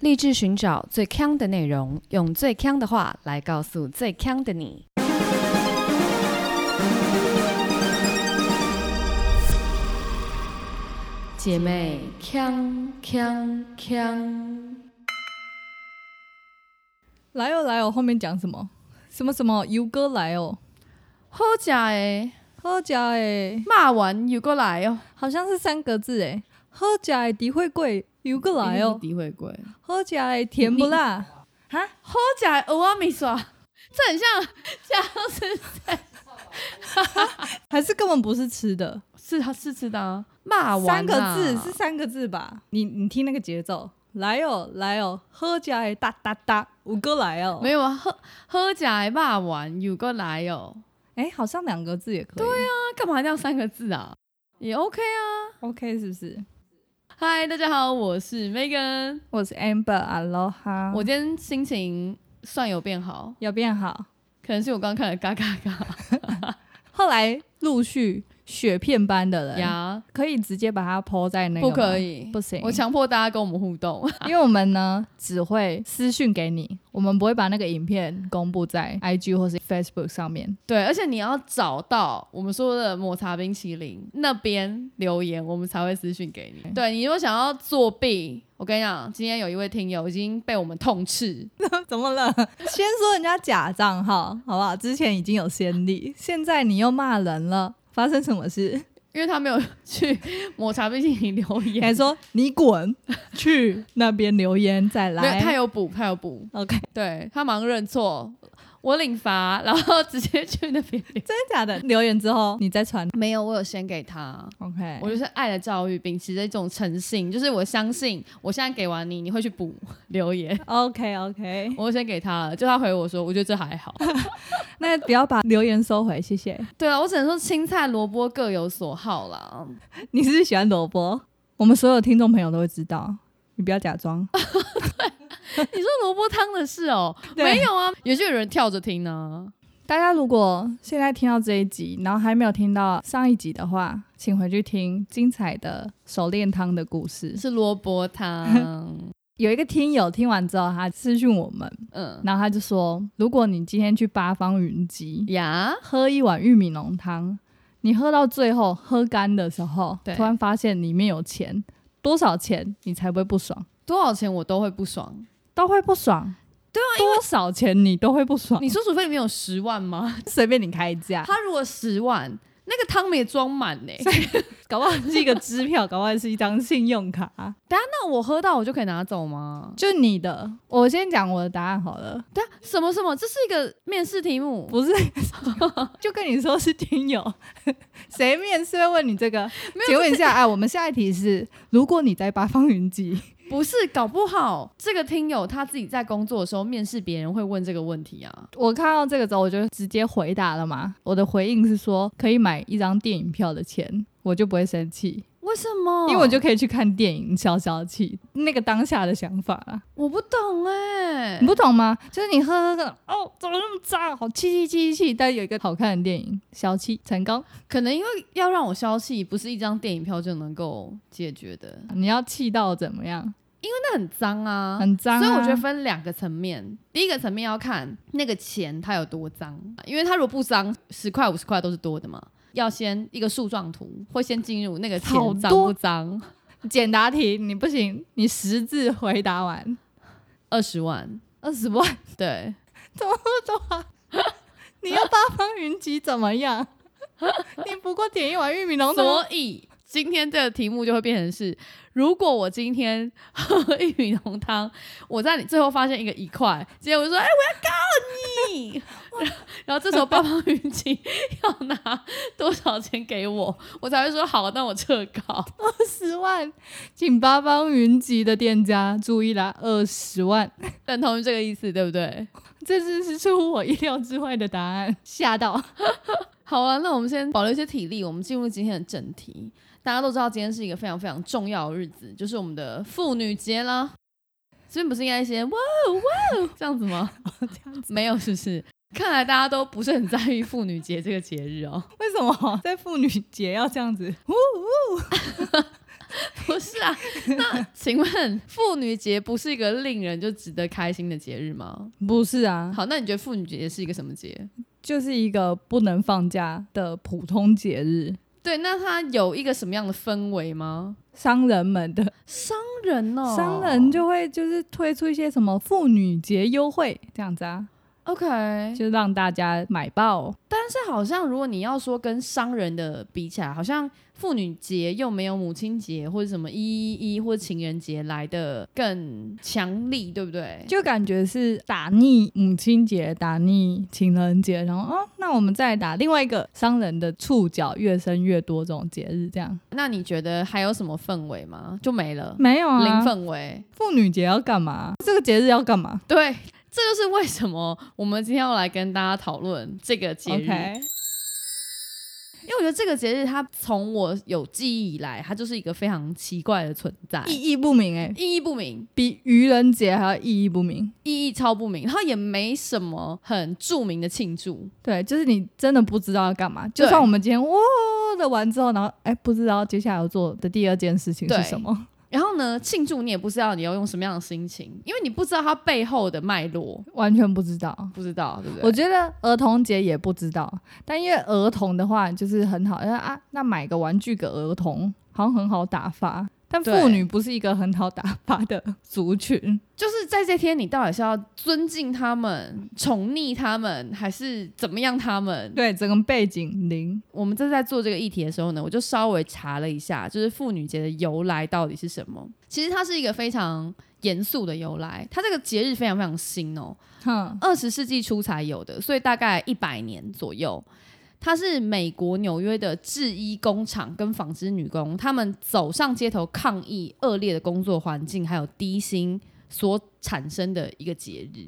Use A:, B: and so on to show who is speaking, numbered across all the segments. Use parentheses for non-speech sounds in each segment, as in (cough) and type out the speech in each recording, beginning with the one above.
A: 立志寻找最强的内容，用最强的话来告诉最强的你。姐妹，强强强！
B: 来哦来哦，后面讲什么？什么什么游哥来哦，
A: 好假诶，
B: 喝假哎，
A: 骂完又过来哦，
B: 好像是三个字哎，喝假哎，诋毁贵，游哥
A: 哎
B: 来哦，
C: 诋毁鬼，
B: 喝假哎，甜不辣，
A: 好假的蚵仔米耍，这很像僵尸，
B: 还是根本不是吃的，
A: 是他是吃的啊，骂完
B: 三个
A: 啊
B: 字是三个字吧？你你听那个节奏，来哦来哦，喝假哎，哒哒哒，五哥来哦，
A: 没有啊，喝喝假的骂完又过来哦，
B: 哎，好像两个字也可以，对啊
A: 那干嘛要三个字啊？也 OK 啊。
B: ，OK 是不是？
A: 嗨，大家好，我是 Megan，
B: 我是 Amber Aloha，
A: 我今天心情算有变好，
B: 有变好。
A: 可能是我刚看了嘎嘎
B: (laughs)
A: 嘎
B: 后来陆续雪片般的人
A: 呀，
B: 可以直接把它抛在那个，
A: 不可，以，
B: 不行
A: 我强迫大家跟我们互动。
B: (laughs)
A: (laughs)
B: 因为我们呢只会私讯给你，我们不会把那个影片公布在 IG 或是 Facebook
A: (laughs)
B: 上面。
A: 对，而且你要找到我们说的抹茶冰淇淋那边留言，我们才会私讯给你。对你如果想要作弊，我跟你讲，今天有一位听友已经被我们痛斥，
B: 怎么了？先说人家假账号好不好？之前已经有先例，现在你又骂人了，发生什么事？
A: 因为他没有去抹茶冰淇淋留
B: 你还
A: 言。
B: 说你滚 (laughs) 去那边留言再
A: 没有，他
B: 来
A: 有补，他有补，
B: ？OK，
A: 对他忙认错，我领罚，然后直接去那边留。
B: 真的假的？留言之后你再传
A: 没有，我有先给他，
B: OK，
A: 我就是爱的教育，秉持着一种诚信，就是我相信我现在给完你，你会去补留言。
B: OK OK，
A: (laughs) 我先给他了，就他回我说，我觉得这还好。
B: 那不要把留言收回，谢谢。
A: (laughs) 对啊，我只能说青菜萝卜各有所好啦。 (laughs)
B: 你是不是喜欢萝卜？我们所有听众朋友都会知道，你不要假装。
A: 你说萝卜汤的事 (laughs) 哦、
B: (laughs) 对
A: 没有啊，也就有人跳着听呢、
B: 大家如果现在听到这一集，然后还没有听到上一集的话，请回去听精彩的手炼汤的故事。
A: 是萝卜 (laughs) 汤。
B: 有一个听友听完之后，他私讯我们，
A: 嗯
B: 然后他就说：如果你今天去八方云集
A: 呀，
B: 喝一碗玉米浓汤，你喝到最后喝干的时候，
A: 对
B: 突然发现里面有钱，多少钱你才不会不爽？
A: 多少钱我都会不爽。
B: 都会不爽。对啊，多少钱你都会不爽。
A: 你说除非里面有十万吗？
B: 随便你开价，
A: 他如果十万，那个汤没装满呢。
B: (laughs)
A: (laughs)
B: 搞不好是一个支票，搞不好是一张信用卡，
A: 那我喝到我就可以拿走吗？
B: 就你的。我先讲我的答案好了，
A: 对啊，什么什么，这是一个面试题目。
B: 不是， (laughs) 就跟你说是听友，谁面试会问你这个？请问一下，哎，我们下一题是，如果你在八方云集，
A: 不是，搞不好这个听友他自己在工作的时候面试别人会问这个问题啊。
B: 我看到这个之后，我就直接回答了嘛。我的回应是说，可以买一张电影票的钱，我就不会生气，
A: 为什么？
B: 因为我就可以去看电影消消气，那个当下的想法啊啦。
A: 我不懂哎、
B: 你不懂吗？就是你喝喝喝，哦，怎么那么脏？好气气气气气！但有一个好看的电影，小气成功，
A: 可能因为要让我消气，不是一张电影票就能够解决的，
B: 你要气到怎么样？
A: 那很脏啊，
B: 很脏啊
A: 所以我觉得分两个层面，第一个层面要看那个钱它有多脏，因为它如果不脏，十块五十块都是多的嘛。要先一个树状图，会先进入那个钱
B: 好
A: 脏
B: 多
A: 不脏，
B: 简答题你不行，你十字回答完
A: 二十万，
B: 二十万，
A: 对，
B: (laughs) 怎么怎么？你要八方云集怎么样？ (laughs) 你不过点一碗玉米浓汤
A: 所，以今天这个题目就会变成是：如果我今天喝玉米浓汤，我在你最后发现一个一块，结果我就说：“哎、我要告你！” (laughs) 然后这时候八方云集要拿多少钱给我，我才会说好，那我撤稿。
B: 二十万，请八方云集的店家注意啦，二十万，
A: 等同于这个意思，对不对？
B: 这真是出乎我意料之外的答案， (laughs) 吓到。
A: (laughs) 好啊，那我们先保留一些体力，我们进入今天的正题。大家都知道今天是一个非常非常重要的日子，就是我们的妇女节啦。这边不是应该先哇哦哇哦这样子 (laughs) 吗？没有，是不是？看来大家都不是很在意妇女节这个节日哦。
B: 为什么在妇女节要这样子？呜呜，
A: (laughs) 不是啊， (laughs) 那请问妇女节不是一个令人就值得开心的节日吗？
B: 不是啊，
A: 好，那你觉得妇女节是一个什么节？
B: 就是一个不能放假的普通节日，
A: 对，那它有一个什么样的氛围吗？
B: 商人们的
A: 商人哦，
B: 商人就会就是推出一些什么妇女节优惠这样子啊，
A: OK，但
B: 就让大家买爆。
A: 是好像如果你要说跟商人的比起来，好像妇女节又没有母亲节或者什么一一一或情人节来的更强力，对不对？
B: 就感觉是打逆母亲节，打逆情人节，然后哦，那我们再打另外一个商人的触角越伸越多这种节日，这样
A: 那你觉得还有什么氛围吗？就没了，
B: 没有
A: 零
B: 啊？
A: 氛围。
B: 妇女节要干嘛？这个节日要干嘛
A: 对，这就是为什么我们今天要来跟大家讨论这个节日
B: ？OK，
A: 因为我觉得这个节日它从我有记忆以来，它就是一个非常奇怪的存在，
B: 意义不明哎、
A: 意义不明。
B: 比愚人节还要意义不明。
A: 意义超不明，然后也没什么很著名的庆祝，
B: 对，就是你真的不知道要干嘛。就算我们今天哇的完之后，然后哎、不知道接下来要做的第二件事情
A: 对
B: 是什么。 (laughs)
A: 然后呢，庆祝你也不知道你要用什么样的心情，因为你不知道它背后的脉络，
B: 完全不知道。
A: 不知道，对不对？
B: 我觉得儿童节也不知道，但因为儿童的话就是很好，因为啊，那买个玩具给儿童好像很好打发，但
A: 对
B: 妇女不是一个很好打发的族群。 (laughs)
A: 就是在这天，你到底是要尊敬他们、宠溺他们，还是怎么样他们？
B: 对，整个背景零，
A: 我们正在做这个议题的时候呢，我就稍微查了一下，就是妇女节的由来到底是什么。其实它是一个非常严肃的由来，它这个节日非常非常新哦，
B: 哼，
A: 二十世纪初才有的，所以大概一百年左右。它是美国纽约的制衣工厂跟纺织女工，她们走上街头抗议恶劣的工作环境，还有低薪所产生的一个节日，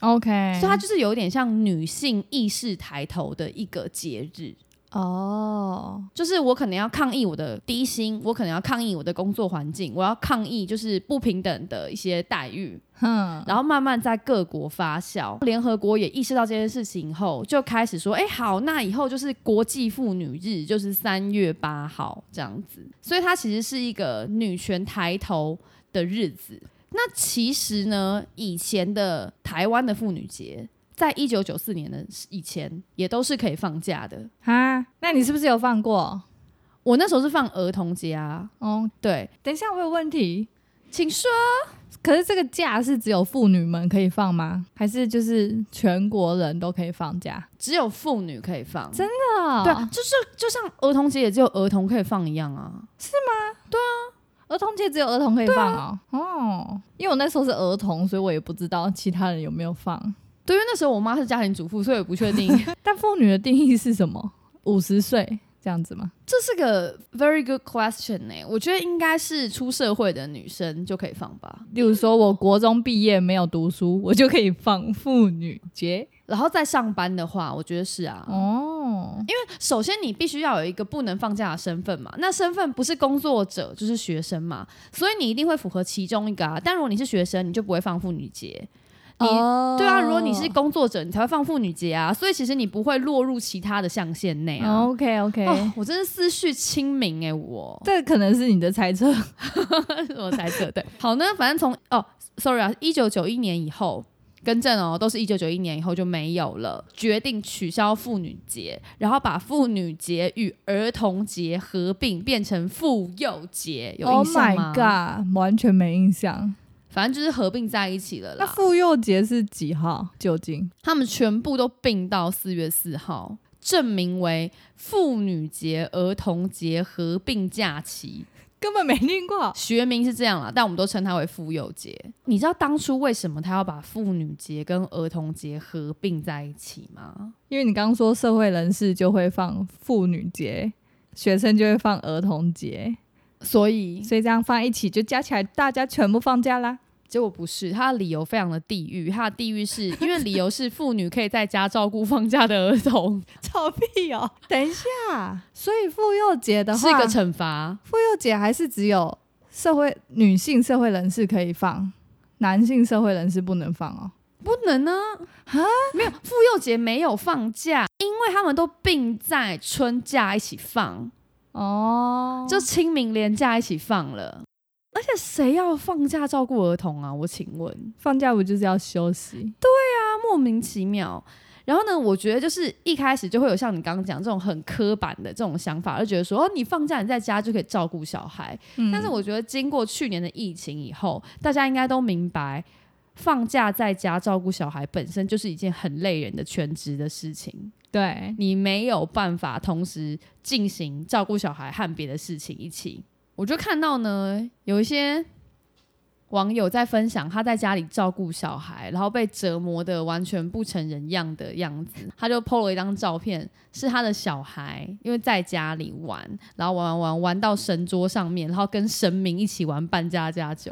B: ，OK，
A: 所以它就是有点像女性意识抬头的一个节日。
B: 哦，
A: 就是我可能要抗议我的低薪，我可能要抗议我的工作环境，我要抗议就是不平等的一些待遇。
B: 哼，
A: 然后慢慢在各国发酵。联合国也意识到这件事情后，就开始说：“哎，好，那以后就是国际妇女日，就是三月八号这样子。”所以它其实是一个女权抬头的日子。那其实呢，以前的台湾的妇女节，在一九九四年的以前也都是可以放假的。
B: 哈，那你是不是有放过？
A: 我那时候是放儿童节啊，
B: 哦，
A: 对，
B: 等一下，我有问题。
A: 请说。
B: 可是这个假是只有妇女们可以放吗？还是就是全国人都可以放假？
A: 只有妇女可以放，
B: 真的
A: 对，就是就像儿童节也只有儿童可以放一样啊。
B: 儿童节只有儿童可以放哦、哦，因为我那时候是儿童，所以我也不知道其他人有没有放。
A: 对，因为那时候我妈是家庭主妇，所以我不确定。 (laughs)
B: 但妇女的定义是什么？五十岁这样子吗？
A: 这是个 very good question 呢、我觉得应该是出社会的女生就可以放吧。
B: 例如说，我国中毕业没有读书，我就可以放妇女节
A: 然后在上班的话，我觉得是啊。
B: 哦。因为
A: 首先，你必须要有一个不能放假的身份嘛。那身份不是工作者就是学生嘛，所以你一定会符合其中一个啊。但如果你是学生，你就不会放妇女节。你、
B: 哦
A: 对啊，如果你是工作者，你才会放妇女节啊。所以其实你不会落入其他的象限内啊。
B: OK OK，、
A: 哦，我真是思绪清明哎、我。
B: 这可能是你的猜测。
A: 我猜测对。好呢，反正从 (laughs) 哦，sorry 啊，一九九一年以后。更正哦，都是一九九一年以后就没有了。决定取消妇女节，然后把妇女节与儿童节合并，变成妇幼节，有
B: Oh
A: 印象吗
B: my god，完全没印象。
A: 反正就是合并在一起了
B: 那
A: 啦。
B: 妇幼节是几号？究竟？
A: 他们全部都并到四月四号，证明为妇女节、儿童节合并假期。
B: 根本没听过。
A: 学名是这样啦，但我们都称它为妇幼节。你知道当初为什么他要把妇女节跟儿童节合并在一起吗？
B: 因为你刚刚说社会人士就会放妇女节，学生就会放儿童节，
A: 所以
B: 所以这样放一起就加起来，大家全部放
A: (laughs)
B: 假啦。
A: 结果不是，他的理由非常的地狱。他的地狱是因为理由是妇女可以在家照顾放假的儿 (laughs) 童，
B: 臭屁哦！等一下，所以妇幼节的
A: 是一
B: 话，
A: 个惩罚。
B: 妇幼节还是只有社会女性社会人士可以放，男性社会人士不能放哦。
A: 不能呢、啊，没有妇幼节没有放假，因为他们都并在春假一起放。
B: 哦，
A: 就清明连假一起放了。而且谁要放假照顾儿童啊？我请问，
B: 放假不就是要休息？
A: 他莫名其妙。然后呢，我觉得就是一开始就会有像你刚刚讲这种很刻板的这种想法，就觉得说哦，你放假你在家就可以照顾小孩。
B: 嗯
A: 但是我觉得经过去年的疫情以后，大家应该都明白，放假在家照顾小孩本身就是一件很累人的全职的事情，
B: 对
A: 你没有办法同时进行照顾小孩和别的事情一起。我就看到呢，有一些网友在分享他在家里照顾小孩，然后被折磨的完全不成人样的样子。他就 PO 了一张照片，是他的小孩，因为在家里玩，然后玩玩玩玩到神桌上面，然后跟神明一起玩扮家家酒。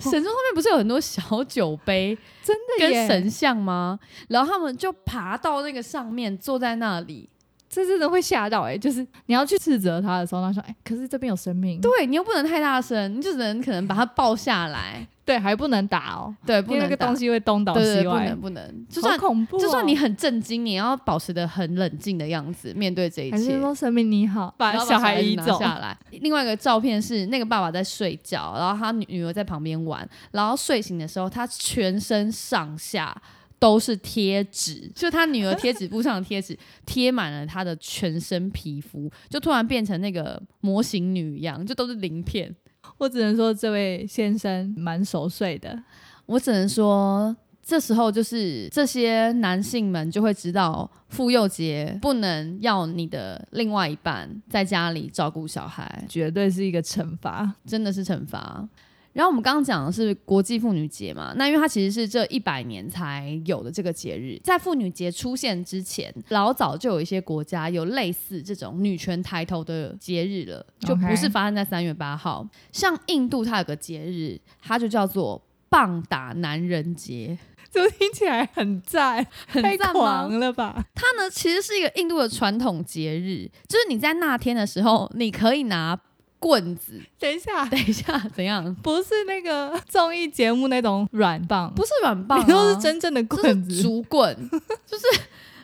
A: 神桌上面不是有很多小酒杯，
B: 真的
A: 跟
B: 耶，
A: 神像吗？然后他们就爬到那个上面，坐在那里。
B: 这真的会吓到哎、就是你要去斥责他的时候，他说哎、可是这边有生命，
A: 对你又不能太大声，你就只能可能把它抱下来。
B: 对，还不能打哦，
A: 对，
B: 因
A: 不
B: 为
A: 能
B: 那个
A: 打
B: 东西会东倒
A: 对对
B: 西
A: 对，不
B: 歪
A: 能，不能。就算、
B: 好恐怖哦、
A: 就算你很震惊，你也要保持的很冷静的样子面对这一
B: 还
A: 切
B: 是。说生命你好，把
A: 然后
B: 小
A: 小
B: 孩
A: 子
B: 移
A: 拿
B: 走，
A: 下来。 (laughs) 另外一个照片是那个爸爸在睡觉，然后他女女儿在旁边玩，然后睡醒的时候，他全身上下都是贴 (laughs) 纸，就他女儿贴纸布上的贴纸 (laughs) 贴满了他的全身皮肤，就突然变成那个模型女一样，就都是鳞片。
B: 我只能说这位先生蛮熟睡的，
A: 我只能说，这时候就是这些男性们就会知道，妇幼节不能要你的另外一半在家里照顾小孩，
B: 绝对是一个惩罚。 (laughs)
A: 真的是惩罚。然后我们刚刚讲的是国际妇女节嘛，那因为它其实是这一百年才有的这个节日，在妇女节出现之前，老早就有一些国家有类似这种女权抬头的节日了，就
B: OK
A: 不是发生在三月八号。像印度，它有个节日，它就叫做棒打男人节。
B: 怎么听起来很赞，
A: 很
B: 太
A: 赞吗
B: 狂了吧？
A: 它呢其实是一个印度的传统节日，就是你在那天的时候，你可以拿棍子。
B: 等一下，
A: 等一下，怎样？
B: 不是那个综艺节目那种软棒，
A: 不是软棒、啊，
B: 你说是真正的棍
A: 就是
B: 子，
A: 竹棍， (laughs) 就是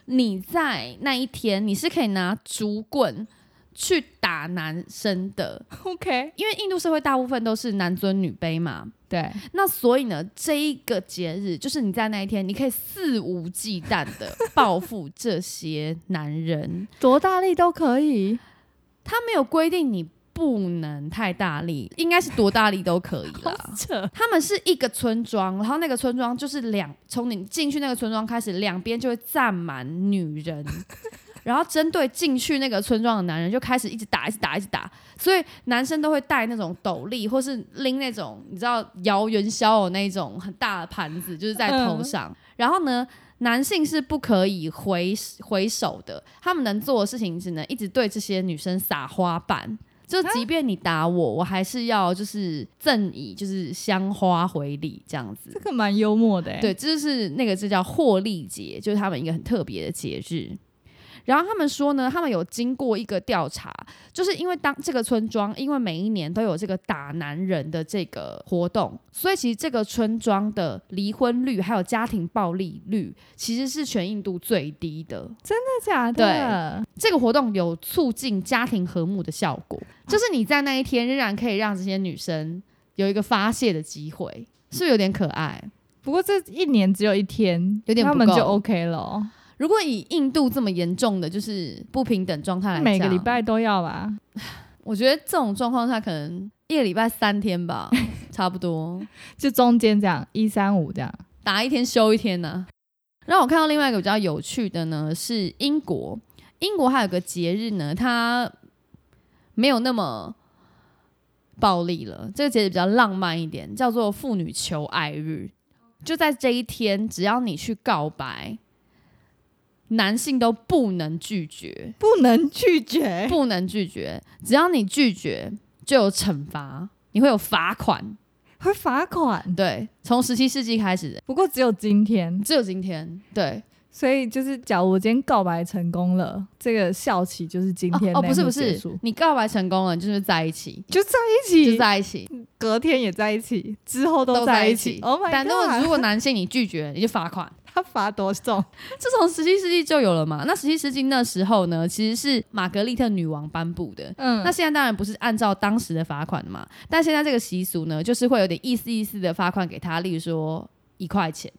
A: 你在那一天你是可以拿竹棍去打男生的，
B: OK？
A: 因为印度社会大部分都是男尊女卑嘛，
B: 对，
A: 那所以呢，这一个节日就是你在那一天，你可以肆无忌惮的报复这些男人，
B: 多大力都可以，
A: 他没有规定你不能太大力，应该是多大力都可以
B: 好
A: 啦。
B: 扯。
A: 他们是一个村庄，然后那个村庄就是两从你进去那个村庄开始，两边就会站满女
B: (laughs)
A: 人，然后针对进去那个村庄的男人就开始一直打，一直打，一直打。所以男生都会带那种斗笠，或是拎那种你知道摇元宵的那种很大的盘子，就是在
B: 嗯
A: 头上。然后呢，男性是不可以回回手的，他们能做的事情只能一直对这些女生撒花瓣。就即便你打我，我还是要就是赠以就是香花回礼这样子
B: 这。个蛮幽默的、欸，
A: 对，，这就是那个这叫获利节，就是他们一个很特别的节日。然后他们说呢，他们有经过一个调查，就是因为当这个村庄，因为每一年都有这个打男人的这个活动，所以其实这个村庄的离婚率还有家庭暴力率其实是全印度最低的。
B: 真的假的？
A: 这个活动有促进家庭和睦的效果，就是你在那一天仍然可以让这些女生有一个发泄的机会，是不是有点可爱？
B: 不过这一年只有一天，
A: 有点不
B: 他们就
A: 够
B: OK 了哦，
A: 如果以印度这么严重的就是不平等状态来讲，
B: 每个礼，拜都要吧？
A: 我觉得这种状况下可能一个礼拜三天
B: (laughs)
A: 吧，差不多
B: 就中间这样一三五这样，
A: 打一天休一天呢、然后我看到另外一个比较有趣的呢是英国，英国还有个节日呢，它没有那么暴力了，这个节日比较浪漫一点，叫做妇女求爱日。就在这一天，只要你去告白，男性都不能拒绝。
B: 不能拒绝，
A: 不能拒绝，只要你拒绝就有惩罚，你会有罚款。
B: 会罚款。
A: 对，从十七世纪开始的，
B: 不过只有今天，
A: 只有今天。对，
B: 所以就是，假如我今天告白成功了，这个校期就是今天
A: 哦哦，
B: 内
A: 不是
B: 会
A: 不
B: 结
A: 是
B: 束，
A: 你告白成功了，你就是在一起，
B: 就在一
A: 就
B: 起，
A: 在一起，
B: 隔天也在一起，之后
A: 都
B: 在
A: 一
B: 起。Oh my
A: 但如果
B: god！
A: 如果男性你拒绝，你就罚款。
B: 他罚多重？
A: 自从十七世纪就有了嘛。那十七世纪那时候呢，其实是玛格丽特女王颁布的。
B: 嗯
A: 那现在当然不是按照当时的罚款的嘛，但现在这个习俗呢，就是会有点意思意思的罚款给他，例如说一块钱，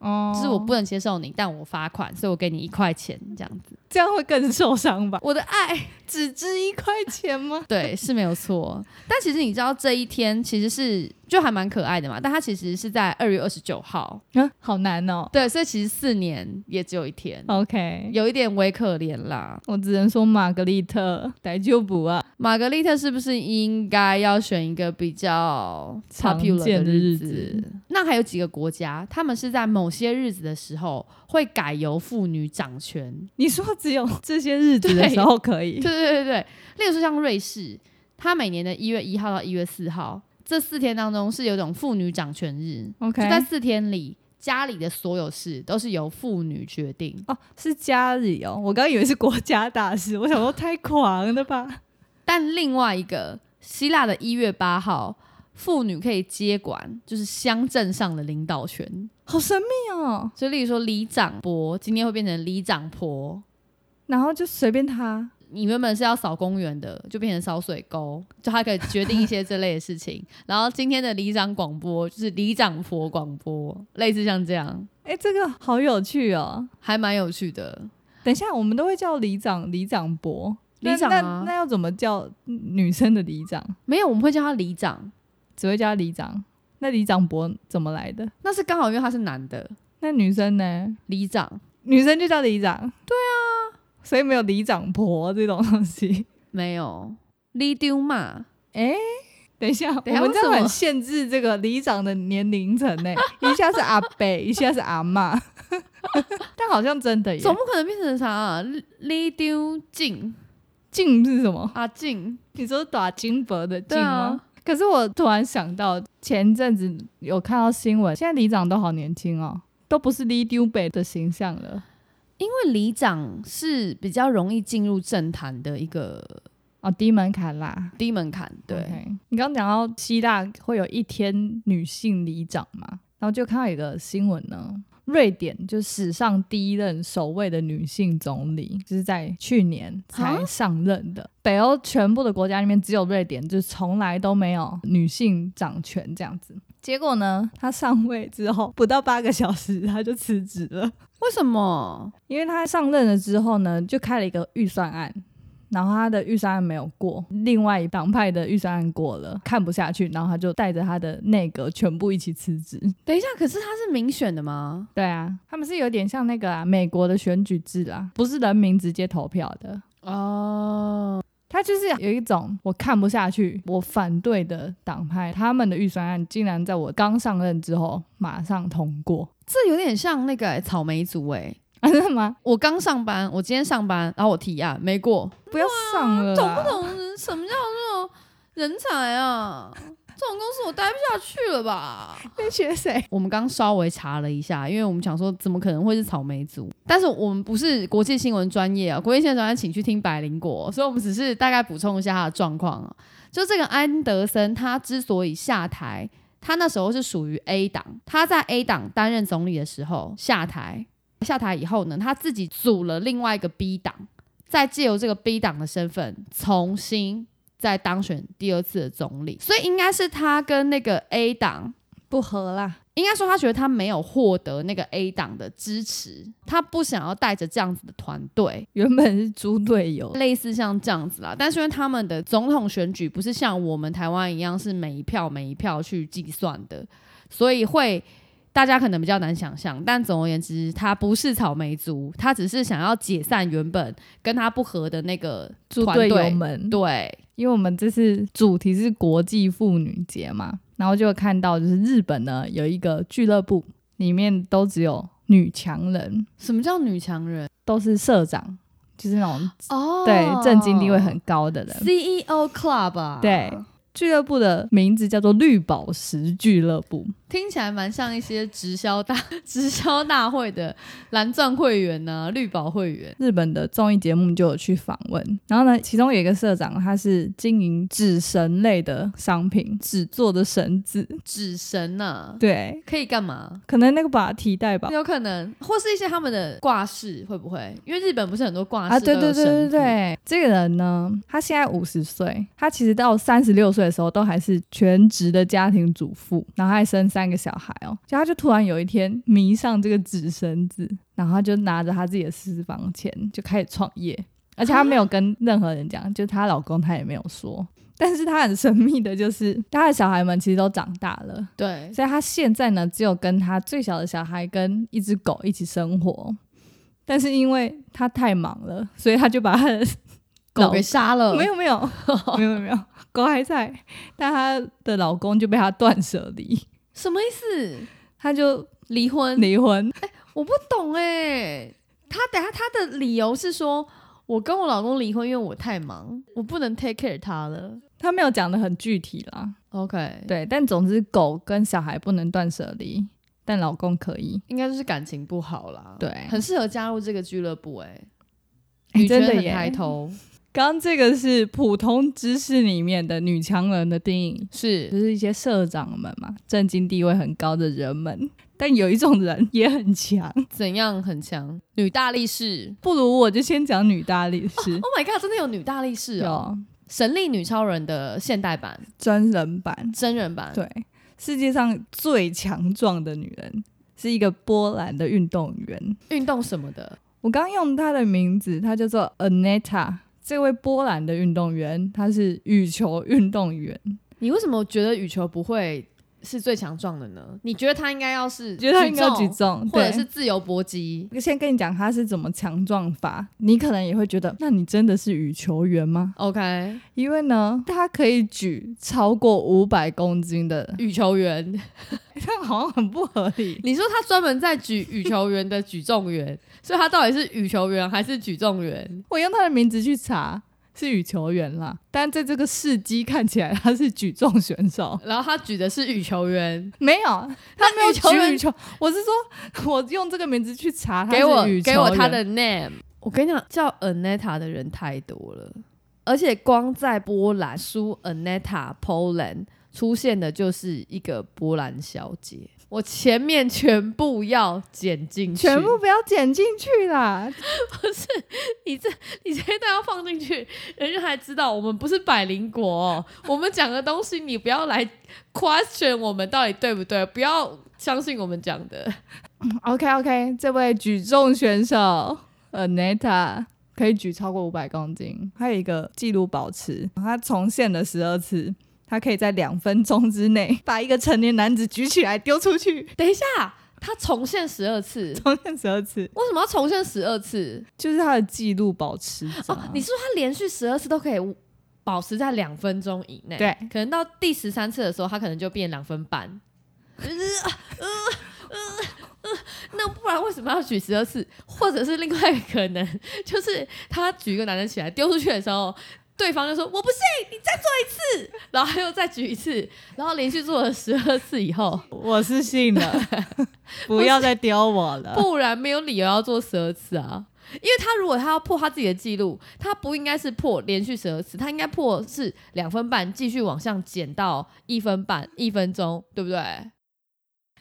B: 哦
A: 就是我不能接受你，但我罚款，所以我给你一块钱这样
B: (laughs)
A: 子。
B: 这样会更受伤吧？
A: 我的爱
B: 只值一块钱吗？
A: 对，是没有错。但其实你知道这一天其实是就还蛮可爱的嘛，但它其实是在二月二十九号，
B: (laughs) 啊，好难哦。
A: 对，所以其实四年也只有一天，
B: OK，
A: 有一点微可怜啦。
B: 我只能说玛格丽特逮就补啊， (laughs)
A: 玛格丽特是不是应该要选一个比较
B: 常
A: popular
B: 见的
A: 日
B: 日子
A: 那还有几个国家，他们是在某些日子的时候会改由妇女掌
B: (laughs)
A: 权。
B: 你说只有这些日子的时候可以
A: 对对对对，例如说像瑞士，它每年的一月一号到一月四号这四天当中是有一种妇女掌权日
B: ？OK，
A: 就在四天里，家里的所有事都是由妇女决定。
B: 哦，是家里哦，我刚以为是国家大事，我想说太狂了吧？
A: 但另外一个希腊的一月八号，妇女可以接管就是乡镇上的领导权，
B: 好神秘哦。
A: 所以例如说里长伯今天会变成里长婆，
B: 然后就随便他，
A: 你原本是要扫公园的，就变成扫水沟，就他可以决定一些这类的事情。然后今天的里长广播就是里长婆广播，类似像这样，
B: 哎、这个好有趣哦。
A: 还蛮有趣的。
B: 等一下，我们都会叫里长、里长伯。那
A: 里长
B: 那
A: 啊
B: 那要怎么叫女生的里长？
A: 没有，我们会叫他里长，
B: 只会叫里长。那里长伯怎么来的？
A: 那是刚好因为他是男的，
B: 那女生呢？
A: 里长
B: 女生就叫里长。对啊，所以没有里长婆这种东西。
A: 没有，里丢嘛。
B: 哎、等一下，
A: 等一下
B: 我们这样
A: 为什么
B: 很限制这个里长的年龄层 (laughs) 呢、一下是阿伯，一下是阿 (laughs) 嬷。但好像真的耶
A: 总。不可能变成啥、啊？李丢静
B: 静是什么？
A: 阿静，
B: 你说打金箔的
A: 对
B: 金吗
A: 啊？，
B: 可是我突然想到，前阵子有看到新闻，现在里长都好年轻哦，都不是李丢北的形象了。
A: 因为里长是比较容易进入政坛的一个
B: 哦，低门槛啦。
A: 低门槛，对
B: OK 你刚刚讲到希腊会有一天女性里长嘛，然后就看到有一个新闻呢，瑞典就史上第一任首位的女性总理，就是在去年才上任的。北欧全部的国家里面，只有瑞典就是从来都没有女性掌权这样子。结果呢，她上位之后不到八个小时，她就辞职了。
A: 为什么？
B: 因为他上任了之后呢，就开了一个预算案，然后他的预算案没有过，另外一党派的预算案过了，看不下去，然后他就带着他的内阁全部一起辞职。
A: 等一下，可是他是民选的吗？
B: 对啊，他们是有点像那个啊，美国的选举制啊，不是人民直接投票的。
A: 哦，
B: 他就是有一种我看不下去，我反对的党派，他们的预算案竟然在我刚上任之后马上通过， (laughs)
A: 这有点像那个、欸草莓族哎、
B: 啊，真的吗？
A: 我刚上班，我今天上班，然后我提案没过，
B: 不要上了啦，
A: 懂不懂什么叫做人才啊？这种公司我待不下去了吧？
B: 在学谁？
A: 我们刚稍微查了一下，因为我们想说怎么可能会是草莓族，但是我们不是国际新闻专业啊，国际新闻专业请去听百灵果，所以我们只是大概补充一下他的状况啊。就这个安德森，他之所以下台，他那时候是属于 A 党，他在 A 党担任总理的时候下台，下台以后呢，他自己组了另外一个 B 党，再借由这个 B 党的身份重新。再当选第二次的总理，所以应该是他跟那个 A 党
B: 不合啦，
A: 应该说，他觉得他没有获得那个 A 党的支持，他不想要带着这样子的团队，
B: 原本是猪队友，
A: 类似像这样子啦。但是因为他们的总统选举不是像我们台湾一样是每一票每一票去计算的，所以会大家可能比较难想象。但总而言之，他不是草莓族，他只是想要解散原本跟他不合的那个
B: 猪
A: 团
B: 队友
A: 队。
B: 们，
A: 对，
B: 因为我们这次主题是国际妇女节嘛，然后就有看到就是日本呢有一个俱乐部里面都只有女强人，
A: 什么叫女强人？
B: 都是社长，就是那种
A: 哦
B: 对正经地位很高的人，
A: CEO E Club 啊，
B: 对。俱乐部的名字叫做绿宝石俱乐部。
A: 听起来蛮像一些直销大 (laughs) 直销大会的蓝钻会员呐、绿宝会员。
B: 日本的综艺节目就有去访问，然后呢，其中有一个社长，他是经营纸绳类的商品，纸做的绳子，
A: 纸绳呐、
B: 对，
A: 啊可以干嘛？
B: 可能那个把它替代吧。
A: 有可能，或是一些他们的挂饰会不会？因为日本不是很多挂饰
B: 啊，对
A: 都
B: 对
A: 有
B: 对对
A: 绳子
B: 对，这个人呢，他现在五十岁，他其实到三十六岁的时候都还是全职的家庭主妇，然后还生三个小孩哦，就他就突然有一天迷上这个纸绳子，然后他就拿着他自己的私房钱就开始创业，而且他没有跟任何人讲，就她老公他也没有说。但是他很神秘的，就是他的小孩们其实都长大了，
A: 对
B: 所以他现在呢，只有跟他最小的小孩跟一只狗一起生活。但是因为他太忙了，所以他就把他的
A: (laughs) 狗给杀了，
B: 没有没有没有没有狗还在，但他的老公就被他断舍离，
A: 什么意思？
B: 他就
A: 离婚？
B: 离婚。
A: 我不懂哎、他等下他的理由是说，我跟我老公离婚，因为我太忙，我不能 take care 他了。
B: 他没有讲的很具体啦，
A: OK，，
B: 对，但总之狗跟小孩不能断舍离，但老公可以。
A: 应该就是感情不好啦。
B: 对
A: 很适合加入这个俱乐部哎、
B: 哎
A: 女权
B: 真的
A: 很
B: 耶
A: 抬头
B: 刚刚这个是普通知识里面的女强人的定义，
A: (laughs) 是
B: 就是一些社长们嘛，政经地位很高的人们。但有一种人也很强，
A: 怎样很强？女大力士
B: 不如我就先讲女大力士，
A: ，Oh my god，真的有女大力士哦，
B: 有
A: 神力女超人的现代版、
B: 真人版，
A: 真人版，
B: 对，世界上最强壮的女人是一个波兰的运动员。
A: 运动什么的，
B: 我刚用她的名字，她叫做 Aneta。这位波兰的运动员，她是羽球运动员。
A: 你为什么觉得羽球不会是最强壮的呢？你觉得他应该要是
B: 我觉得她应该要举
A: 举
B: 重，
A: 或者
B: 对
A: 是自由搏击？
B: 先跟你讲她是怎么强壮法，你可能也会觉得，那你真的是羽球员吗？
A: OK，
B: 因为呢，他可以举超过五百公斤的， (laughs)
A: 羽球员，
B: 但好像很不合理。
A: (laughs) 你说他专门在举羽球员的举重员，所以他到底是羽球员还是举重员？
B: 我用他的名字去查，是羽球员啦，但在这个事迹看起来他是举重选手，
A: 然后他举的是羽球员，
B: 没有，他没有
A: 羽球
B: 举
A: 员
B: 羽球。我是说，我用这个名字去查，他是
A: (laughs) 给我
B: 羽球
A: 给我他
B: 员
A: 的 name。我跟你讲，叫 Aneta 的人太多了，而且光在波兰输 Aneta Poland 出现的就是一个波兰小姐。我前面全部要剪进去，
B: 全部不要剪进去啦，
A: 你这你这一段要放进去，人家还知道我们不是百灵国 (laughs) 哦、我们讲的东西你不要来 question 我们到底对不对，不要相信我们讲的。
B: OK OK，这位举重选手 Aneta 可以举超过五百公斤，还有一个纪录保持，他重现了十二次。他可以在两分钟之内把一个成年男子举起来丢出去，
A: 等一下，他重现十二次，
B: 重现十二次，
A: 为什么要重现十二次？
B: 就是他的纪录保持者
A: 哦
B: 啊。，
A: 你是说他连续十二次都可以保持在两分钟以内？
B: 对
A: 可能到第十三次的时候，他可能就变两分半。呃呃呃呃那不然为什么要举十二次？或者是另外一个可能，就是他举一个男人起来丢出去的时候，对方就说我不信，你再做一次，然后他又再举一次，然后连续做了十二次以后，
B: 我是信 (laughs) 了，不要再丢我了。
A: 不然没有理由要做十二次啊。因为他如果他要破他自己的记录，他不应该是破连续十二次，他应该破是两分半，继续往上减到一分半一分钟，对不对？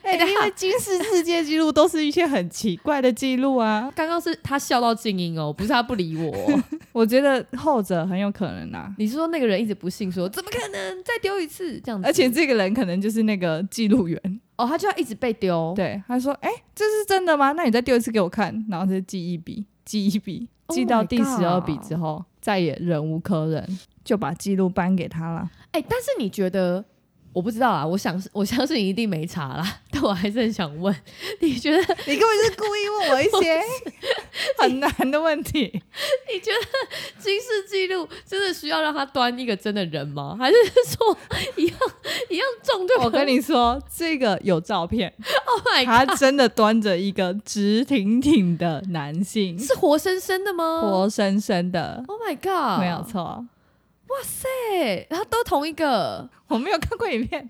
B: 哎、因为金氏世界纪录都是一些很奇怪的记录啊。
A: 刚刚是他笑到静音哦，不是他不理我哦、
B: 我觉得后者很有可能啊，
A: 你是说那个人一直不信说怎么可能再丢一次这样子？
B: 而且这个人可能就是那个记录员。
A: 哦，他就要一直被丢，
B: 对，他说：“哎、这是真的吗？那你再丢一次给我看。”然后就记一笔，记一笔，
A: Oh
B: 记到
A: my
B: 第十二笔
A: God
B: 之后，再也忍无可忍，就把记录颁给他了。
A: 哎、但是你觉得？我不知道啊，我想我相信你一定没查啦，但我还是很想问，你觉得
B: (laughs) 你根本是故意问我一些 (laughs) 很难的问题。
A: 你觉得 (laughs) 军事记录真的需要让他端一个真的人吗？还是说一样 (laughs) 一样重对
B: (laughs) 我跟
A: 你
B: 你说，这个有照 (laughs) 片，
A: ，Oh my
B: 他真的端着一个直挺挺的男性 (laughs)
A: god，，是活生生的吗
B: 活生生的，哦
A: ？Oh my god，
B: 没有错。
A: 哇塞，然后都同一个， (laughs)
B: 我没有看过影片，
A: 因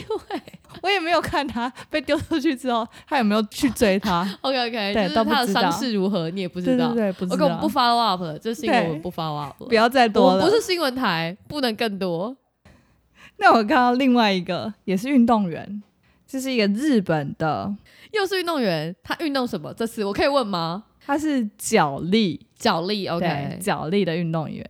A: 为
B: 我也没有看他被丢出去之后，他有没有去追他？
A: OK OK，
B: 对
A: 就是
B: 都不
A: 他的
B: 知道
A: 伤势如何，你也不知道。
B: (laughs) 对对对，不知
A: OK，我们
B: 道，
A: 不 follow up 了，这新闻
B: 对
A: 我们不 follow up 了
B: 不。要再
A: 我
B: 多
A: 们
B: 了。
A: 不是新闻台，不能更多。
B: 那我看到另外一个也是运动员，这是一个日本的，
A: 又是运动员，他运动什么？这次我可以问吗？
B: 他是脚力
A: 脚力
B: 对
A: ，OK，
B: 脚力的运动员。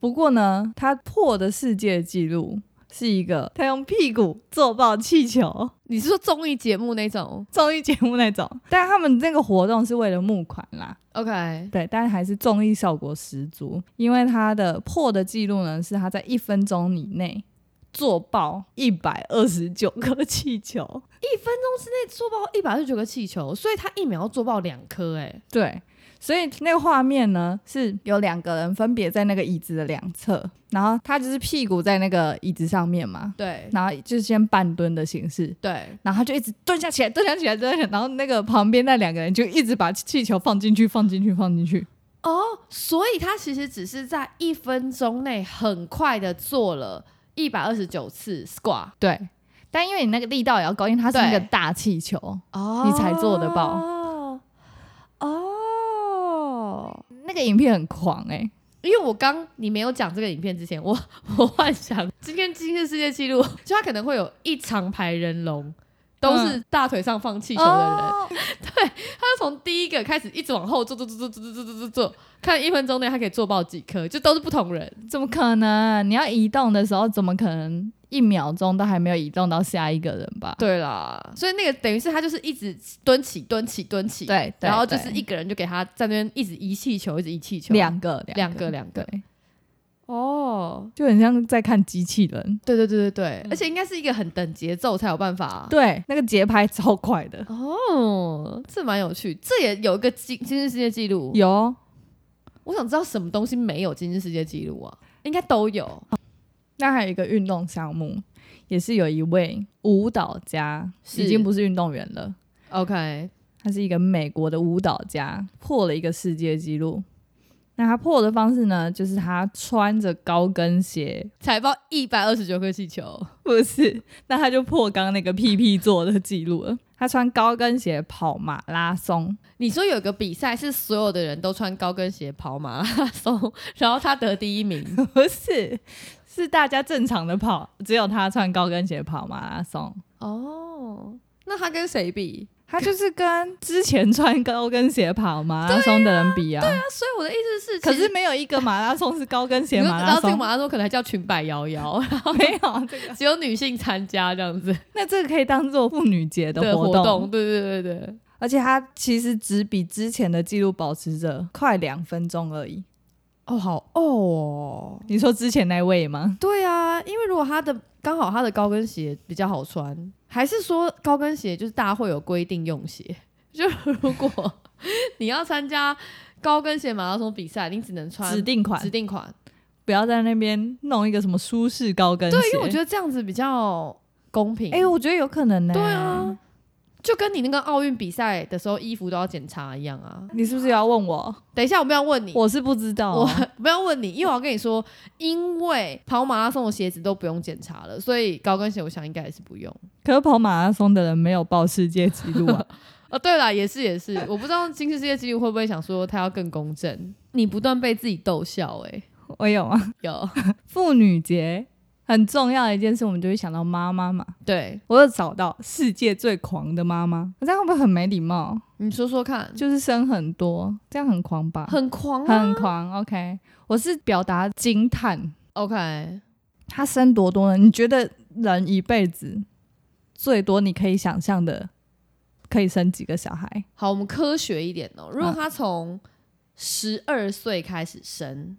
B: 不过呢，他破的世界纪录是一个他用屁股坐爆气球
A: 你是说综艺节目那种
B: 综艺节目那种，但他们那个活动是为了募款啦，
A: ？OK，
B: 对，但还是综艺效果十足，因为他的破的记录呢是他在一分钟以内坐爆一百二十九颗气球，
A: 一分钟之内做爆一百二十九个气球，所以他一秒要做爆两颗，哎，
B: 对，所以那个画面呢是有两个人分别在那个椅子的两侧，然后他就是屁股在那个椅子上面嘛，
A: 对
B: 然后就是先半蹲的形式。
A: 对，
B: 然后他就一直蹲下起来，蹲下起来，蹲下起来，然后那个旁边那两个人就一直把气球放进去，放进去，放进去。
A: 哦，所以他其实只是在一分钟内很快的做了一百二十九次 squat，
B: 对，但因为你那个力道也要够，因为它是一个
A: 对
B: 大气球，
A: 哦
B: 你才做得爆
A: 哦。哦
B: 那个影片很狂哎、
A: 因为我刚你没有讲这个影片之前，我 (laughs) 我幻想今天今日世界纪录，就他可能会有一长排人龙，都是大腿上放气球的人，
B: 哦
A: (laughs) 他就从第一个开始一直往后坐坐坐坐坐坐坐坐坐坐，看一分钟内他可以做爆几颗，就都是不同人。
B: 怎么可能？你要移动的时候，怎么可能一秒钟都还没有移动到下一个人吧？
A: 对啦，所以那个等于是他就是一直蹲起蹲起蹲起，
B: 对，对
A: 然后就是
B: 对
A: 一个人就给他在那边一直移气球，一直移气球，
B: 两个
A: 两个两个，
B: 对，
A: 哦，
B: 就很像在看机器人。
A: 对对对对对，
B: 嗯
A: 而且应该是一个很等节奏才有办法、啊。
B: 对，那个节拍超快的，
A: 哦，这蛮有趣，这也有一个今今日世界纪录。
B: 有
A: 我想知道什么东西没有今日世界纪录啊？应该都有。
B: 那还有一个运动项目，也是有一位舞蹈家，
A: 是
B: 已经不是运动员了，
A: OK，
B: 他是一个美国的舞蹈家，破了一个世界纪录。那他破的方式呢，就是他穿着高跟鞋，
A: 踩爆一百二十九颗气球，
B: 不是，那他就破刚刚那个屁屁做的记录了。他穿高跟鞋跑马拉松，
A: 你说有个比赛是所有的人都穿高跟鞋跑马 (laughs) 拉松，然后他得第一名。
B: (laughs) 不是，是大家正常的跑，只有他穿高跟鞋跑马拉松。
A: (laughs) 哦，那他跟谁比？
B: 他就是跟之前穿高跟鞋跑马拉松的人比啊，
A: 那所以我的意思是，
B: 可
A: 其
B: 是
A: 实
B: 没有一个马拉松是高跟鞋
A: 你就
B: 马
A: 知道
B: 拉 (laughs)
A: 这个
B: 松，
A: 马拉松可能还叫裙摆摇摇，然 (laughs) 后
B: 没有这个。
A: 只有女性参加这样子
B: 那这个可以当做妇女节的
A: 的
B: 活
A: 活
B: 动，
A: 动。对对对对，
B: 而且它其实只比之前的记录保持着快两分钟而已。
A: 哦，好哦哦。
B: 你说之前那位吗？
A: 对啊，因为如果他的刚好他的高跟鞋比较好穿，还是说高跟鞋就是大家会有规定用鞋？ (laughs) 就如果你要参加高跟鞋马拉松比赛，你只能穿
B: 指定款
A: 指，定款。
B: 不要在那边弄一个什么舒适高跟鞋。
A: 对，因为我觉得这样子比较公平。
B: 哎、我觉得有可能呢、
A: 对啊，，就跟你那个奥运比赛的时候衣服都要检查一样啊。
B: 你是不是要问我？
A: 等一下，我哦们要问你。
B: 我是不知道、
A: 我
B: 啊。
A: (laughs) 不要问你，因为我要跟你说，因为跑马拉松的鞋子都不用检查了，所以高跟鞋我想应该也是不用。
B: 可是跑马拉松的人没有报世界纪录啊。
A: 哦，对了，也是也是，我不知道金氏世界纪录会不会想说他要更公正。你不断被自己逗笑、欸，
B: 我有啊。 (laughs)
A: 有
B: 妇女节很重要的一件事，我们就会想到妈妈嘛。
A: 对，
B: 我有找到世界最狂的妈妈，这样会不会很没礼貌？
A: 你说说看，
B: 就是生很多，这样很狂吧？
A: 很狂、啊，
B: 很狂。OK，我是表达惊叹，
A: OK，
B: 她生多多呢？你觉得人一辈子最多你可以想象的，可以生几个小孩？
A: 好，我们科学一点哦、如果他从十二岁开始生，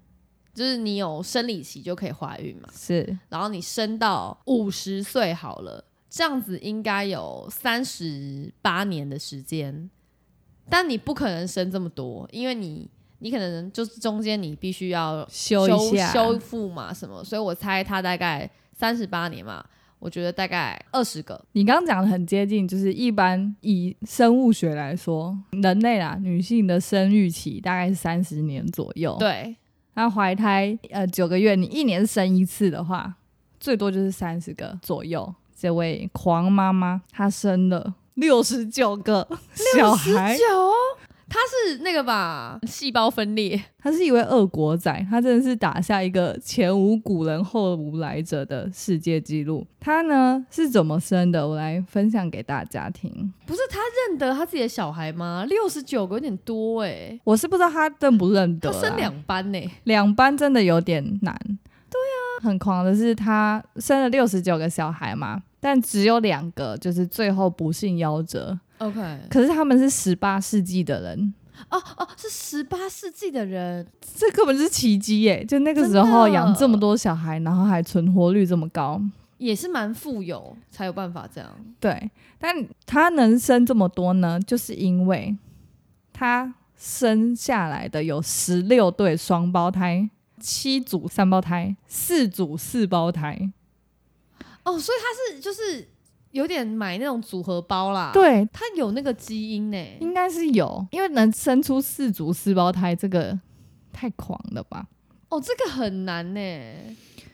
A: 就是你有生理期就可以怀孕嘛，
B: 是
A: 然后你生到五十岁好了，这样子应该有三十八年的时间，但你不可能生这么多，因为你你可能就是中间你必须要
B: 修
A: 修
B: 一下，
A: 修复嘛什么，所以我猜他大概三十八年嘛，我觉得大概二十个，
B: 你刚刚讲的很接近，就是一般以生物学来说，人类啦，女性的生育期大概是三十年左右。，
A: 对，
B: 那怀胎呃九个月，你一年生一次的话，最多就是三十个左右。这位狂妈妈她生了六十九个小孩，
A: 九，他是那个吧，细胞分裂，
B: 她是一位俄国仔，她真的是打下一个前无古人后无来者的世界纪录。她呢是怎么生的？我来分享给大家听。
A: 不是他认得他自己的小孩吗？六十九个有点多哎、
B: 我是不知道她认不认得
A: 他
B: 啦，
A: 生两班欸呢、
B: 两班真的有点难。对啊，很狂的是他生了六十九个小孩嘛，但只有两个就是最后不幸夭折。
A: OK，
B: 可是他们是十八世纪的人，
A: 哦哦，是十八世纪的人，
B: 这根本是奇迹耶！就那个时候
A: 真的
B: 养这么多小孩，然后还存活率这么高。
A: 也是蛮富有才有办法这样。
B: 对，但他能生这么多呢，就是因为他生下来的有十六对双胞胎，七组三胞胎，四组四胞胎。
A: 哦，所以他是就是有点买那种组合包啦。，
B: 对，
A: 他有那个基因呢、
B: 应该是有，因为能生出四组四胞胎，这个太狂了吧？
A: 哦，这个很难呢、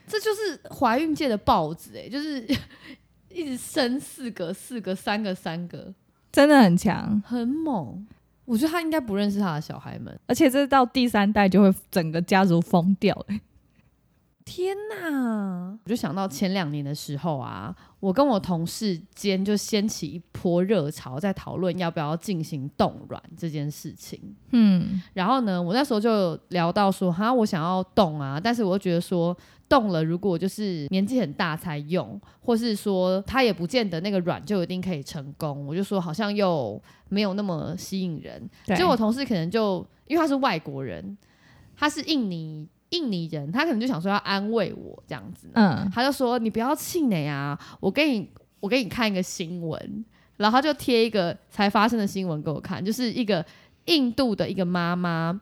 A: 这就是怀孕界的豹子哎、就是 (laughs) 一直生四个、四个、三个、三个，
B: 真的很强，
A: 很猛。我觉得他应该不认识他的小孩们。
B: 而且这到第三代就会整个家族疯掉、欸。
A: 天呐！我就想到前两年的时候啊，我跟我同事间就掀起一波热潮，在讨论要不要进行冻卵这件事情。
B: 嗯，
A: 然后呢，我那时候就有聊到说，哈，我想要冻啊，但是我又觉得说，冻了如果就是年纪很大才用，或是说它也不见得那个卵就一定可以成功，我就说好像又没有那么吸引人。
B: 对，
A: 结果我同事可能就因为他是外国人，他是印尼印尼人，他可能就想说要安慰我这样子，
B: 嗯，
A: 他就说你不要气馁啊，我给你我给你看一个新闻，然后他就贴一个才发生的新闻给我看，就是一个印度的一个妈妈，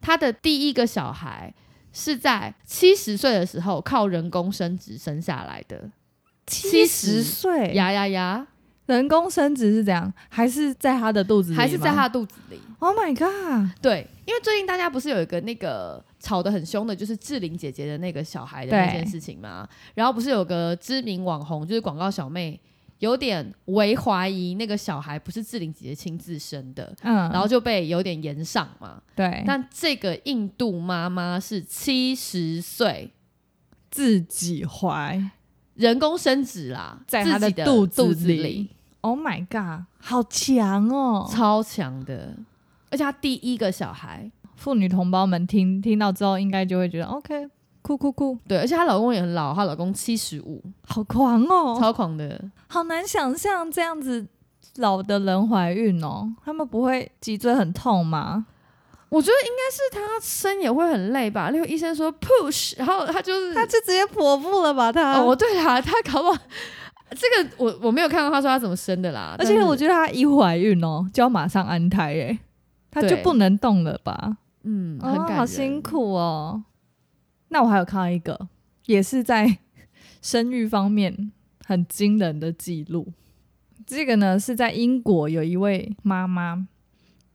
A: 她的第一个小孩是在七十岁的时候靠人工生殖生下来的，
B: 70岁
A: 呀呀呀，
B: 人工生殖是怎样？还是在他的肚子里吗？
A: 还是在她的肚子里。
B: ？Oh my god！
A: 对，因为最近大家不是有一个那个吵得很凶的，就是志玲姐姐的那个小孩的那
B: 对
A: 件事情嘛，然后不是有个知名网红，就是广告小妹，有点为怀疑那个小孩不是志玲姐姐亲自生的，
B: 嗯，
A: 然后就被有点延上嘛。
B: 对，
A: 但这个印度妈妈是七十岁，
B: 自己怀。
A: 人工生殖啦，
B: 在
A: 自
B: 她的
A: 己的
B: 肚子
A: 子
B: 里 Oh my god！好强哦！
A: 超强的，而且她第一个小孩，
B: 妇女同胞们听听到之后，应该就会觉得 OK，酷酷酷，
A: 对，而且她老公也很老，她老公七十五，
B: 好狂哦！
A: 超狂的。
B: 好难想象这样子老的人怀孕哦，他们不会脊椎很痛吗？
A: 我觉得应该是他生也会很累吧。那个医生说 push，然后他就是
B: 他就直接剖腹了吧？他，
A: 哦，对啦，他搞不好这个我我没有看到他说他怎么生的啦。
B: 而且我
A: 觉
B: 觉得他一怀孕哦，就要马上安胎耶，他就
A: 对
B: 不能动了吧？
A: 嗯很
B: 哦
A: 感人，
B: 好辛苦哦。那我还有看到一个，也是在 (laughs) 生育方面很惊人的记录。这个呢是在英国有一位妈妈，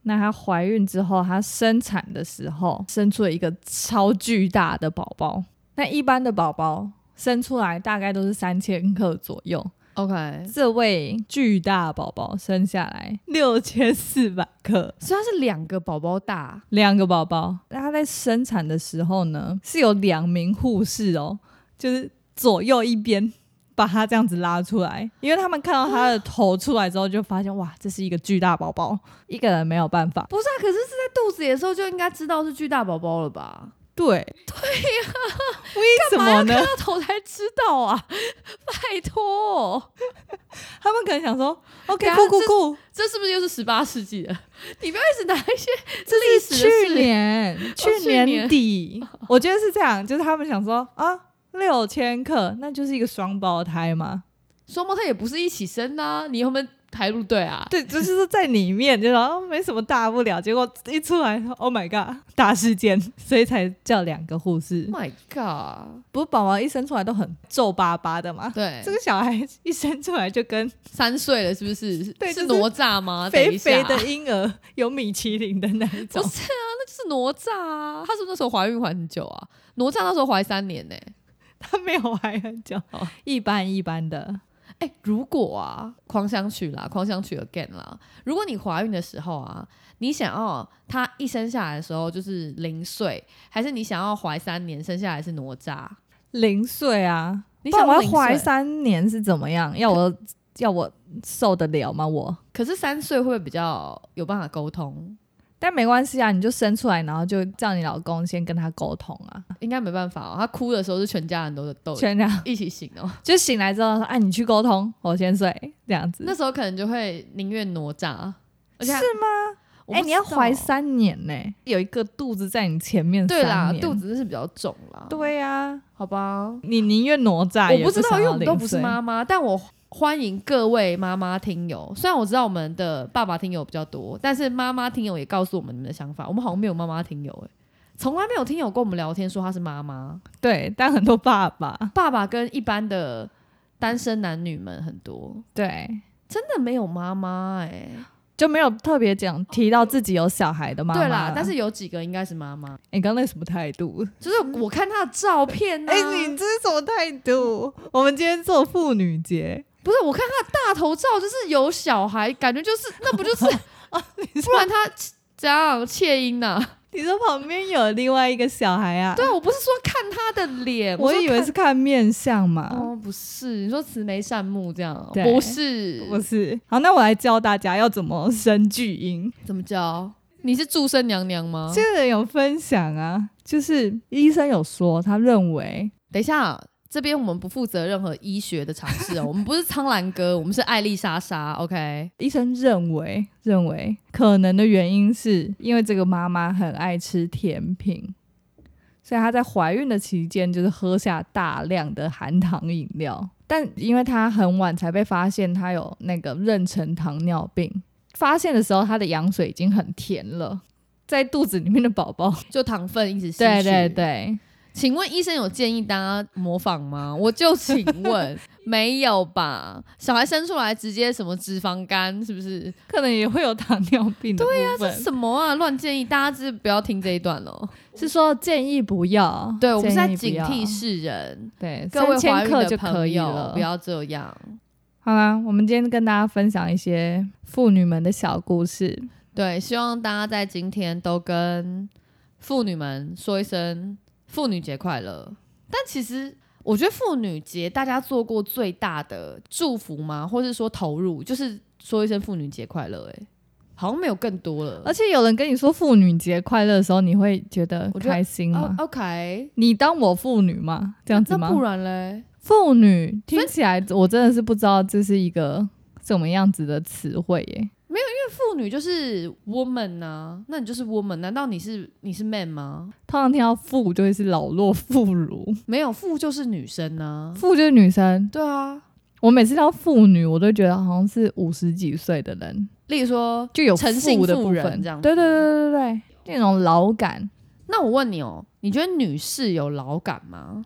B: 那她怀孕之后，她生产的时候生出了一个超巨大的宝宝。那一般的宝宝生出来大概都是三千克左右，
A: OK，
B: 这位巨大宝宝生下来六千四百克。
A: 所以他是两个宝宝大，
B: 两个宝宝。她在生产的时候呢，是有两名护士哦，就是左右一边把她这样子拉出来，因为他们看到她的头出来之后，就发现哇，这是一个巨大宝宝，一个人没有办法。
A: 不是啊？可是是在肚子里的时候就应该知道是巨大宝宝了吧？
B: 对对呀、为什么呢？
A: 到头才知道啊， (laughs) 拜托，
B: 他们可能想说，OK，
A: 等下
B: 酷酷酷，
A: 这是不是又是十八世纪的？ (laughs) 你不要一直拿一些历
B: 这
A: 史的
B: 是去
A: 事
B: 年去
A: 去
B: 年
A: 年
B: (laughs) 底，我觉得是这样，就是他们想说啊，六千克，那就是一个双胞胎嘛，
A: 双胞胎也不是一起生的、啊，你有没有排路队啊？
B: 对，就是说在里面，就然后没什么大不了，结果一出来，Oh my god，大事件，所以才叫两个护士
A: Oh。My God，
B: 不是宝宝一生出来都很皱巴巴的吗？
A: 对，
B: 这个小孩一生出来就跟
A: 三岁了，是不是？
B: 对就是
A: 是哪吒吗？等
B: 肥
A: 一下
B: 肥的婴儿有米其林的那一种
A: 不，是啊，那就是哪吒啊，她是不是那时候怀孕怀很久啊？哪吒那时候怀三年呢、
B: 他没有怀很久
A: 哦，
B: 一般一般的。
A: 哎、如果啊，狂想曲啦，狂想曲 again 啦，如果你怀孕的时候啊，你想要她一生下来的时候就是零岁，还是你想要怀三年生下来是哪吒？
B: 零岁啊，
A: 你
B: 不
A: 想
B: 然我
A: 零
B: 要
A: 岁
B: 怀三年是怎么样？要我要我受得了吗？我，
A: 可是三岁会不会比较有办法沟通？
B: 但没关系啊，你就生出来，然后就叫你老公先跟他沟通啊，
A: 应该没办法哦。她哭的时候是全家人都都
B: 全然
A: 一起醒哦。
B: 就醒来之后说，哎、你去沟通，我先睡这样子。
A: 那时候可能就会宁愿哪吒，而且
B: 是
A: 吗？
B: 哎、你要怀三年呢、有一个肚子在你前面
A: 对啦
B: 三，年
A: 肚。子是比较重啦。，
B: 对呀、
A: 好吧，
B: 你宁愿哪吒
A: 我
B: 也
A: 不知道，
B: 想
A: 因为
B: 要
A: 我们都不是
B: 零岁
A: 妈妈，但我欢迎各位妈妈听友。虽然我知道我们的爸爸听友比较多，但是妈妈听友也告诉我们你们的想法。我们好像没有妈妈听友哎、从来没有听友跟我们聊天说他是妈妈，
B: 对，但很多
A: (laughs)
B: 爸爸
A: 爸爸跟一般的单身男女们很多，
B: 对
A: 真的没有妈妈哎。
B: 就没有特别讲提到自己有小孩的妈妈。
A: 对啦，但是有几个应该是妈妈，
B: 你刚、那什么态度？
A: 就是我看她的照片啊呢、
B: 哎、你这是什么态度？
A: 嗯
B: 我们今天做妇女节，
A: 不是，我看他的大头照就是有小孩，感觉就是那不就是
B: (laughs)
A: 啊不然他怎样窃音呐、
B: 你说旁边有另外一个小孩啊？
A: 对，啊，我不是说看他的脸，
B: 我
A: 说
B: 以为
A: 看
B: 是看面相嘛。
A: 哦，不是，你说慈眉善目这样，啊
B: 对
A: 不是，
B: 不是，好，那我来教大家要怎么生巨婴。
A: 怎么叫？你是祝生娘娘吗？
B: 这个人有分享啊，就是医生有说，他认为
A: 等一下。这边我们不负责任何医学的尝试哦，我们不是苍兰哥，我们是艾丽莎莎，OK？
B: 医生认为认为可能的原因是因为这个妈妈很爱吃甜品，所以她在怀孕的期间就是喝下大量的含糖饮料。但因为她很晚才被发现她有那个妊娠糖尿病，发现的时候她的羊水已经很甜了，在肚子里面的宝宝，
A: 就糖分一直吸
B: 对对
A: 取
B: 对，
A: 请问医生有建议大家模仿吗？ (laughs) 我就请
B: (laughs)
A: 问，没有吧？小孩生出来直接什么脂肪肝，是不是？
B: 可能也会有糖尿病的对呀、
A: 这是什么啊？乱建议，大家是不要听这一段哦。
B: 是说建议不要，
A: 对，我们是在
B: 建议不
A: 警
B: 要
A: 惕世人，
B: 对
A: 各位怀
B: 千
A: 孕
B: 克
A: 的
B: 就可
A: 朋
B: 以
A: 友
B: 了，
A: 不。要这样。
B: 好啦，我们今天跟大家分享一些妇女们的小故事，
A: 对，希望大家在今天都跟妇女们说一声妇女节快乐。但其实我觉得妇女节大家做过最大的祝福吗？或是说投入，就是说一声妇女节快乐、欸。好像没有更多了。
B: 而且有人跟你说妇女节快乐的时候，你会觉得
A: 我觉得
B: 开心
A: 哦
B: 吗？
A: ，OK，
B: 你当我妇女吗？这样子
A: 那不
B: 吗？
A: 然嘞？
B: 妇女听起来，我真的是不知道这是一个什么样子的词汇耶。
A: 因为妇女就是 woman 呐、那你就是 woman，难道你是你是 man 吗？
B: 通常听到“妇”就会是老弱妇孺，
A: 没有，妇就是女生啊呐、
B: 妇就是女生。
A: 对啊，
B: 我每次到妇女，我都觉得好像是五十几岁的人，
A: 例如说
B: 就有
A: 诚信
B: 妇的
A: 妇
B: 部
A: 人
B: 分，
A: 这样
B: 对对对对对，那种老感
A: 那我问你哦，你觉得女士有老感吗？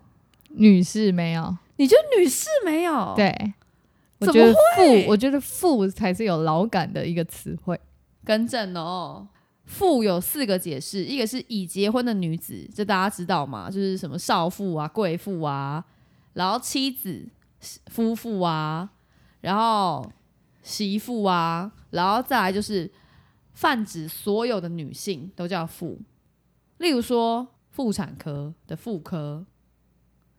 B: 女士没有，
A: 你觉得女士没有？，
B: 对，哦我
A: 怎
B: 觉
A: 么
B: 得
A: 会
B: 富，我觉得富才是有老感的一个词汇。
A: 更正哦。妇有四个解释，一个是已结婚的女子，这大家知道吗？就是什么少妇啊、贵妇啊，然后妻子、夫妇啊，然后媳妇啊，然后再来就是泛指所有的女性都叫妇，例如说妇产科的妇科，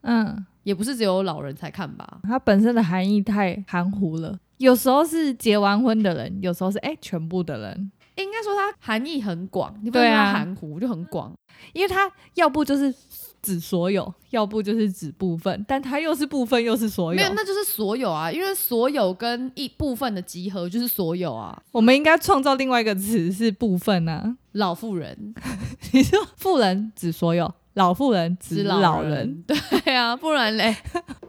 B: 嗯，
A: 也不是只有老人才看吧？
B: 它本身的含义太含糊了，有时候是结完婚的人，有时候是哎、全部的人，
A: 应该说它含义很广，你不能
B: 对
A: 说
B: 啊
A: 它含糊，就很广。
B: 因为它要不就是指所有，要不就是指部分，但它又是部分又是所
A: 没有
B: 有，。
A: 那就是所有啊，因为所有跟一部分的集合就是所有啊。
B: 我们应该创造另外一个词是部分啊。
A: 老妇人
B: 你说富人指所有，老妇人指
A: 指
B: 老人
A: 人， (laughs) 对啊，不然嘞，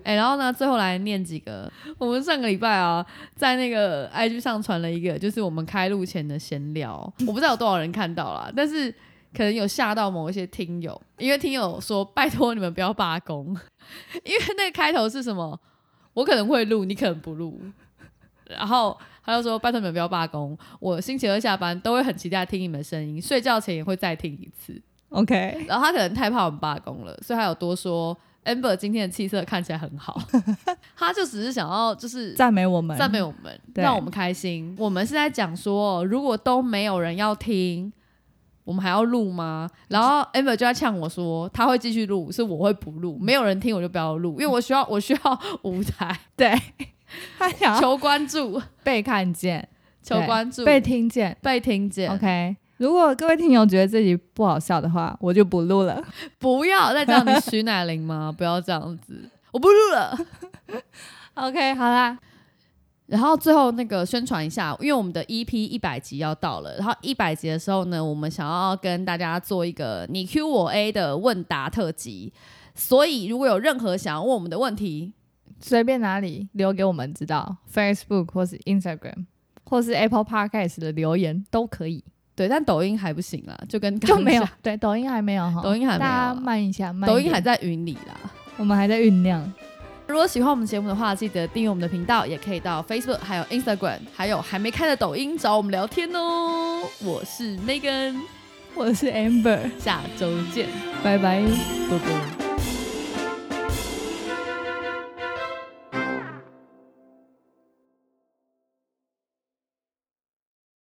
A: 哎、然后呢，最后来念几个。我们上个礼拜啊，在那个 IG 上传了一个，就是我们开录前的闲聊，我不知道有多少人看到啦，但是可能有吓到某一些听友，因为听友说拜托你们不要罢工，因为那个开头是什么，我可能会录，你可能不录，然后他就说：“拜托你们不要罢工，我星期二下班都会很期待听你们声音，睡觉前也会再听一次。
B: OK，”
A: 然后他可能太怕我们罢工了，所以他有多说：“Amber 今天的气色看起来很
B: (laughs)
A: 好。”他就只是想要就是
B: 赞美我们，
A: 赞美我们，
B: 对
A: 让我们开心。我们是在讲说，如果都没有人要听，我们还要录吗？然后 Amber 就在呛我说，他会继续录，是我会不录，没有人听我就不要录，因为我需要我 (laughs) 需要舞台，
B: 对，他想要
A: 求关注，
B: 被看见、
A: 求关注，
B: 被听见。
A: 被听见。
B: OK，如果各位听友觉得自己不好笑的话，我就不录了。
A: 不要再叫你
B: (laughs)
A: 徐乃麟吗？不要这样子，我不录了。
B: OK，好啦，
A: 然后最后那个宣传一下，因为我们的 EP 一百集要到了，然后一百集的时候呢，我们想要跟大家做一个你 Q 我 A 的问答特辑，所以如果有任何想要问我们的问题，
B: 随便哪里留给我们知道，Facebook 或是 Instagram 或是 Apple Podcast 的留言都可以，
A: 对，但抖音还不行啦，就跟
B: 就没有
A: 刚才
B: 对抖音还没有哈，
A: 抖音还没有
B: 大
A: 啦
B: 家慢一下，慢一
A: 抖音
B: 点
A: 还在云里啦。
B: 我们还在酝酿。
A: 如果喜欢我们节目的话，记得订阅我们的频道，也可以到 Facebook、还有 Instagram、还有还没开的抖音找我们聊天哦。我是 Megan，
B: 我是 Amber，
A: 下周见，
B: 拜拜。
A: 拜拜。